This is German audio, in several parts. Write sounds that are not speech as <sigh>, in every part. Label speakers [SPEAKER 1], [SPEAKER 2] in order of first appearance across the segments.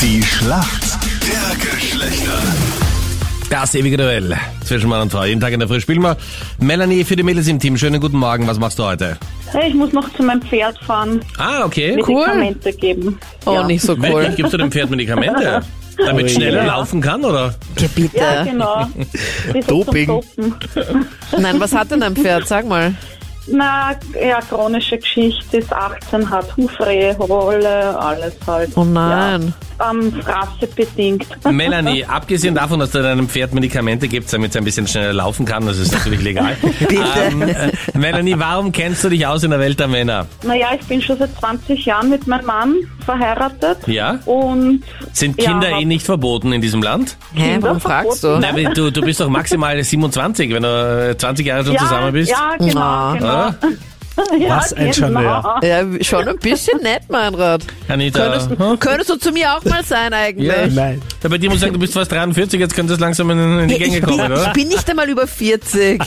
[SPEAKER 1] Die Schlacht der Geschlechter.
[SPEAKER 2] Das ewige Duell zwischen Mann und Frau. Jeden Tag in der Früh spielen wir. Melanie für die Mädels im Team. Schönen guten Morgen. Was machst du heute?
[SPEAKER 3] Hey, ich muss noch zu meinem Pferd fahren,
[SPEAKER 2] Ah, okay.
[SPEAKER 4] Cool.
[SPEAKER 3] Medikamente geben.
[SPEAKER 4] Oh,
[SPEAKER 3] ja.
[SPEAKER 4] nicht so
[SPEAKER 2] Wirklich?
[SPEAKER 4] cool.
[SPEAKER 2] Gibst du dem Pferd Medikamente? Damit es schneller laufen kann, oder?
[SPEAKER 4] <laughs> Ja, bitte.
[SPEAKER 3] Ja, genau. Die sind zum
[SPEAKER 1] Doping.
[SPEAKER 3] Dopen.
[SPEAKER 4] Nein, was hat denn ein Pferd? Sag mal.
[SPEAKER 3] Na, ja, chronische Geschichte ist 18, hat Hufrehe, Rolle, alles halt.
[SPEAKER 4] Oh nein.
[SPEAKER 3] Ja, ähm, rassebedingt.
[SPEAKER 2] Melanie, abgesehen davon, dass du deinem Pferd Medikamente gibst, damit es ein bisschen schneller laufen kann, das ist natürlich
[SPEAKER 4] <laughs>
[SPEAKER 2] legal. Ähm, äh, Melanie, warum kennst du dich aus in der Welt der Männer?
[SPEAKER 3] Naja, ich bin schon seit 20 Jahren mit meinem Mann verheiratet.
[SPEAKER 2] Ja?
[SPEAKER 3] Und
[SPEAKER 2] Sind
[SPEAKER 3] Ja,
[SPEAKER 2] Kinder
[SPEAKER 3] hab-
[SPEAKER 2] eh nicht verboten in diesem Land?
[SPEAKER 4] Hä, warum fragst du?
[SPEAKER 2] Na, aber du, du bist doch
[SPEAKER 4] <laughs>
[SPEAKER 2] maximal 27, wenn du äh, 20 Jahre schon
[SPEAKER 3] ja,
[SPEAKER 2] zusammen bist. Ah.
[SPEAKER 3] Ja, genau.
[SPEAKER 4] Ah.
[SPEAKER 3] genau. <laughs> Ja,
[SPEAKER 1] Was ein
[SPEAKER 3] genau.
[SPEAKER 1] Charmeur.
[SPEAKER 4] Ja, schon ein bisschen nett, Meinrad.
[SPEAKER 2] Anita,
[SPEAKER 4] Könntest, könntest du zu mir auch mal sein eigentlich?
[SPEAKER 1] Nein.
[SPEAKER 2] Ja, bei dir muss ich sagen, du bist fast 43, jetzt könnte es langsam in, in die
[SPEAKER 4] Ich,
[SPEAKER 2] Gänge
[SPEAKER 4] bin,
[SPEAKER 2] kommen,
[SPEAKER 4] ich
[SPEAKER 2] oder?
[SPEAKER 4] bin nicht einmal über 40.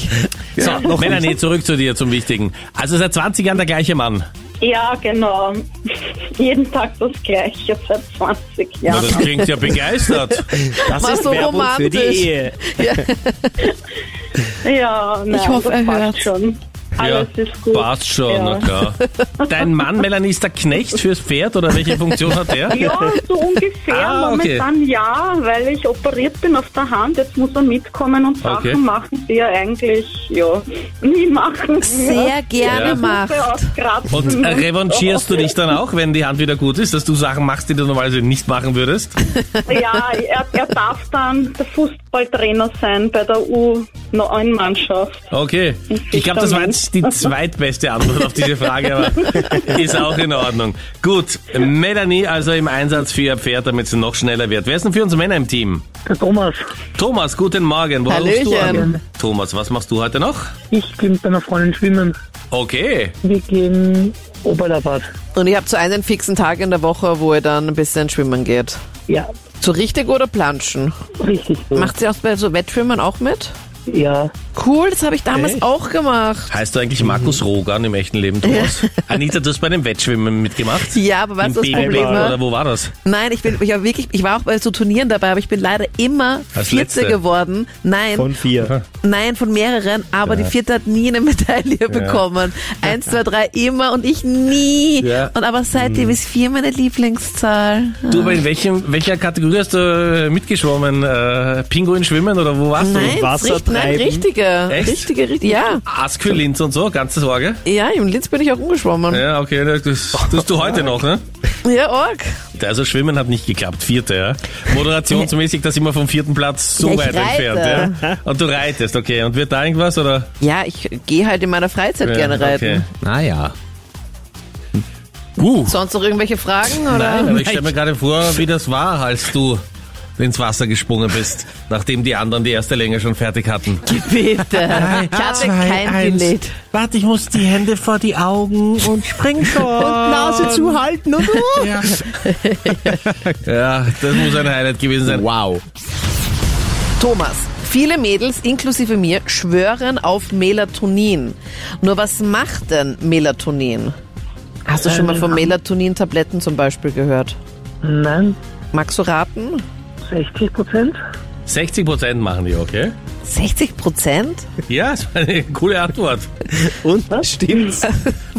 [SPEAKER 2] So, Melanie, zurück zu dir, zum Wichtigen. Also seit 20 Jahren der gleiche Mann.
[SPEAKER 3] Ja, genau. <laughs> Jeden Tag das Gleiche seit 20
[SPEAKER 2] Na,
[SPEAKER 3] Jahren.
[SPEAKER 2] das klingt ja
[SPEAKER 3] <laughs>
[SPEAKER 2] begeistert.
[SPEAKER 1] Das
[SPEAKER 4] Machst
[SPEAKER 1] ist
[SPEAKER 4] du
[SPEAKER 1] Werbung für die
[SPEAKER 4] romantisch.
[SPEAKER 1] Ehe.
[SPEAKER 3] Ja, nein,
[SPEAKER 4] Ich hoffe,
[SPEAKER 3] das
[SPEAKER 4] er
[SPEAKER 3] passt
[SPEAKER 4] hört's.
[SPEAKER 3] schon. Alles
[SPEAKER 2] ja,
[SPEAKER 3] ist gut.
[SPEAKER 2] Passt schon, na
[SPEAKER 3] Ja.
[SPEAKER 2] klar. Dein Mann, Melanie, ist der Knecht fürs Pferd oder welche Funktion hat der?
[SPEAKER 3] Ja,
[SPEAKER 2] <laughs>
[SPEAKER 3] so ungefähr.
[SPEAKER 2] Ah, okay.
[SPEAKER 3] Momentan ja, weil ich operiert bin auf der Hand. Jetzt muss er mitkommen und Sachen
[SPEAKER 2] Okay.
[SPEAKER 3] machen, die er eigentlich ja, nie machen
[SPEAKER 4] Sehr gerne
[SPEAKER 2] Ja.
[SPEAKER 4] macht.
[SPEAKER 3] Auskratzen
[SPEAKER 2] Und revanchierst du dich dann auch, wenn die Hand wieder gut ist, dass du Sachen machst, die du normalerweise nicht machen würdest?
[SPEAKER 3] Ja, er, er darf dann der Fußballtrainer sein bei der U9-Mannschaft.
[SPEAKER 2] Okay. Ich glaube, das war jetzt die zweitbeste Antwort auf diese Frage, aber ist auch in Ordnung. Gut, Melanie also im Einsatz für ihr Pferd, damit sie noch schneller wird. Wer ist denn für uns Männer im Team?
[SPEAKER 5] Der Thomas,
[SPEAKER 2] Thomas, guten Morgen. Wo rufst du an?
[SPEAKER 4] Hallöchen.
[SPEAKER 2] Thomas, was machst du heute noch?
[SPEAKER 5] ich gehe mit meiner Freundin schwimmen.
[SPEAKER 2] Okay.
[SPEAKER 5] Wir gehen Oberlaubad.
[SPEAKER 4] Und ich habe so einen fixen Tag in der Woche, wo ihr dann ein bisschen schwimmen geht.
[SPEAKER 5] Ja,
[SPEAKER 4] So richtig oder planschen?
[SPEAKER 5] richtig so.
[SPEAKER 4] Macht sie auch bei so Wettschwimmen auch mit?
[SPEAKER 5] Ja,
[SPEAKER 4] Cool, das habe ich damals auch gemacht.
[SPEAKER 2] Heißt du eigentlich Markus Rogan im echten Leben, Thomas? Anita, du hast bei einem Wettschwimmen mitgemacht?
[SPEAKER 4] Ja, aber
[SPEAKER 2] Im
[SPEAKER 4] weißt du, das
[SPEAKER 2] Baby
[SPEAKER 4] Problem ne? Ah. war?
[SPEAKER 2] oder wo war das?
[SPEAKER 4] Nein, ich bin, ich war wirklich, ich war auch bei so Turnieren dabei, aber ich bin leider immer
[SPEAKER 2] Als
[SPEAKER 4] Vierte
[SPEAKER 2] Letzte.
[SPEAKER 4] geworden. Nein,
[SPEAKER 1] Von vier.
[SPEAKER 4] nein, von mehreren, aber die Vierte hat nie eine Medaille bekommen. Eins, zwei, drei, immer und ich nie.
[SPEAKER 2] Ja.
[SPEAKER 4] Und aber seitdem ist vier meine Lieblingszahl.
[SPEAKER 2] Du, aber in welchem, welcher Kategorie hast du äh, mitgeschwommen? Äh, Pinguin schwimmen oder wo warst
[SPEAKER 4] Nein,
[SPEAKER 2] du?
[SPEAKER 1] Wasser
[SPEAKER 4] richt, nein,
[SPEAKER 1] treiben.
[SPEAKER 4] richtige,
[SPEAKER 2] Echt?
[SPEAKER 4] richtige, richtige, ja.
[SPEAKER 2] Askühl, Linz und so, ganze Sorge.
[SPEAKER 4] Ja, im Linz bin ich auch umgeschwommen.
[SPEAKER 2] Ja, okay, das das tust du heute noch, ne?
[SPEAKER 4] Ja, Org.
[SPEAKER 2] Also Schwimmen hat nicht geklappt, vierte, ja. Moderationsmäßig, dass immer vom vierten Platz so
[SPEAKER 4] Ja, ich
[SPEAKER 2] weit
[SPEAKER 4] reite.
[SPEAKER 2] entfernt, ja. Und du reitest, okay. Und wird da irgendwas oder?
[SPEAKER 4] Ja, ich gehe halt in meiner Freizeit gerne reiten.
[SPEAKER 2] Naja. Uh.
[SPEAKER 4] Sonst noch irgendwelche Fragen? Oder?
[SPEAKER 2] Nein, aber ich stelle mir gerade vor, wie das war, als du ins Wasser gesprungen bist, nachdem die anderen die erste Länge schon fertig hatten.
[SPEAKER 4] <laughs> Bitte. Ich hatte kein Delete.
[SPEAKER 2] Warte, ich muss die Hände vor die Augen und spring schon.
[SPEAKER 4] <laughs> Nase zuhalten <laughs> und
[SPEAKER 2] Ja. ja, das muss ein Highlight gewesen sein. Wow.
[SPEAKER 4] Thomas, viele Mädels, inklusive mir, schwören auf Melatonin. Nur was macht denn Melatonin? Hast du schon mal von Melatonin-Tabletten zum Beispiel gehört?
[SPEAKER 5] nein,
[SPEAKER 4] Magst du raten?
[SPEAKER 5] 60 Prozent.
[SPEAKER 2] 60 Prozent machen die, okay?
[SPEAKER 4] 60 Prozent?
[SPEAKER 2] Ja, das war eine coole Antwort.
[SPEAKER 1] Und stimmt's?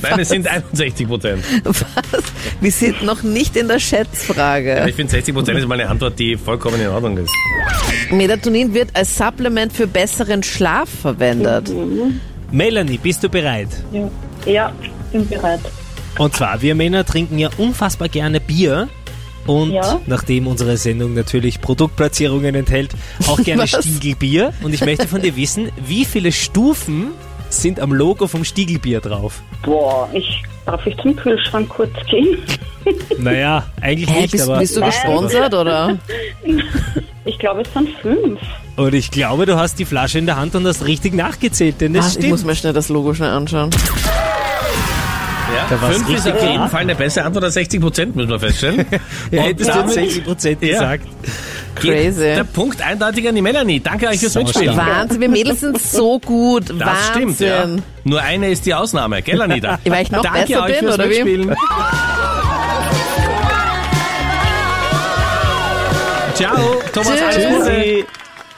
[SPEAKER 2] Nein, es sind 61 Prozent.
[SPEAKER 4] <laughs> Was? Wir sind noch nicht in der Schätzfrage.
[SPEAKER 2] Ich finde, 60 Prozent ist mal eine Antwort, die vollkommen in Ordnung ist.
[SPEAKER 4] Melatonin wird als Supplement für besseren Schlaf verwendet.
[SPEAKER 6] Melanie, bist du bereit?
[SPEAKER 3] Ja. ja, bin bereit.
[SPEAKER 6] Und zwar, wir Männer trinken ja unfassbar gerne Bier. Und
[SPEAKER 3] Ja.
[SPEAKER 6] nachdem unsere Sendung natürlich Produktplatzierungen enthält,
[SPEAKER 4] <laughs>
[SPEAKER 6] auch gerne
[SPEAKER 4] Was?
[SPEAKER 6] Stiegelbier. Und ich möchte von dir wissen, wie viele Stufen sind am Logo vom Stiegelbier drauf?
[SPEAKER 3] Boah, ich darf ich zum Kühlschrank kurz gehen?
[SPEAKER 6] Naja, eigentlich
[SPEAKER 4] Hä,
[SPEAKER 6] nicht,
[SPEAKER 4] bist,
[SPEAKER 6] aber...
[SPEAKER 4] bist du gesponsert oder?
[SPEAKER 3] Ich glaube, es sind fünf.
[SPEAKER 6] Und ich glaube, du hast die Flasche in der Hand und hast richtig nachgezählt, denn das
[SPEAKER 4] Ah, ich
[SPEAKER 6] stimmt.
[SPEAKER 4] muss mir schnell das Logo schnell anschauen.
[SPEAKER 2] Ja,
[SPEAKER 6] Da war's
[SPEAKER 2] 5 ist
[SPEAKER 6] richtig,
[SPEAKER 2] auf
[SPEAKER 6] ja.
[SPEAKER 2] jeden Fall eine bessere Antwort als 60 Prozent, müssen wir feststellen.
[SPEAKER 6] <laughs> ja,
[SPEAKER 2] Und
[SPEAKER 6] hättest du
[SPEAKER 2] damit
[SPEAKER 6] 60%
[SPEAKER 2] Ja.
[SPEAKER 6] gesagt.
[SPEAKER 2] geht
[SPEAKER 4] Crazy.
[SPEAKER 2] der Punkt eindeutig an die Melanie. Danke euch fürs Mitspielen.
[SPEAKER 4] Wahnsinn, wir Mädels sind so gut.
[SPEAKER 2] Das
[SPEAKER 4] Wahnsinn.
[SPEAKER 2] stimmt, ja. Nur eine ist die Ausnahme, gell, Anita?
[SPEAKER 4] <laughs> Weil ich noch
[SPEAKER 2] Danke
[SPEAKER 4] besser <laughs>
[SPEAKER 2] euch
[SPEAKER 4] bin,
[SPEAKER 2] fürs
[SPEAKER 4] oder wie?
[SPEAKER 2] Mitspielen.
[SPEAKER 4] Ciao, Thomas, alles
[SPEAKER 2] Tschüss.
[SPEAKER 4] Gute.